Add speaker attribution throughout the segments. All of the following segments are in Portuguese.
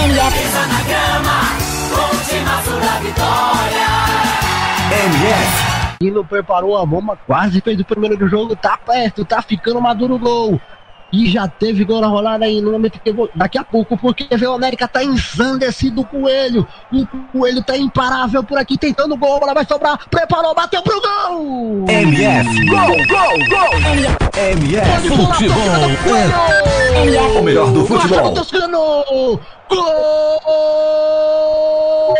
Speaker 1: MF.
Speaker 2: Pisa na grama, com o timaço da vitória.
Speaker 3: MF,
Speaker 4: Nino preparou a bomba, quase fez o primeiro do jogo, tá perto, tá ficando maduro o gol. E já teve gol na rolada aí no momento que eu vou- daqui a pouco, porque vê, o América tá ensandecido o Coelho. O Coelho tá imparável por aqui, tentando gol, a bola vai sobrar, preparou, bateu pro gol!
Speaker 3: MF, gol, gol, gol, MF, futebol é o melhor do futebol.
Speaker 4: Marcelo Toscano! Gol!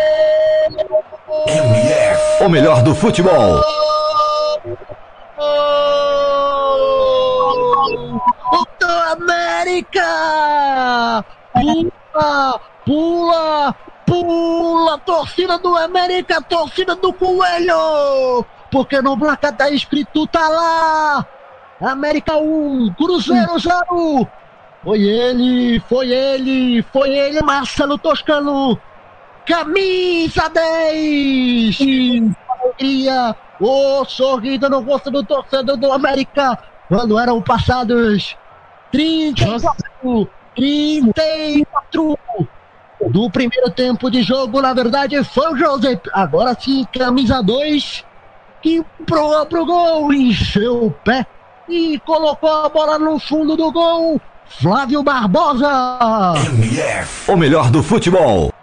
Speaker 3: MF, o melhor do futebol.
Speaker 4: O do América! Pula, pula, pula! Torcida do América, torcida do Coelho! Porque no placar tá escrito, tá lá! América 1, Cruzeiro 0! Foi ele, foi ele, foi ele, Marcelo Toscano! Camisa 10! Alegria, o sorriso no rosto do torcedor do América, quando eram passados 34, 34 do primeiro tempo de jogo, na verdade, foi o José, agora sim, camisa 2, que pro, pro gol, encheu o pé e colocou a bola no fundo do gol, Flávio Barbosa!
Speaker 3: O melhor do futebol.